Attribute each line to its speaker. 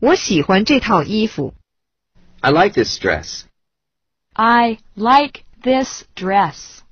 Speaker 1: 我喜欢这套衣服。
Speaker 2: I like this dress.
Speaker 3: I like this dress.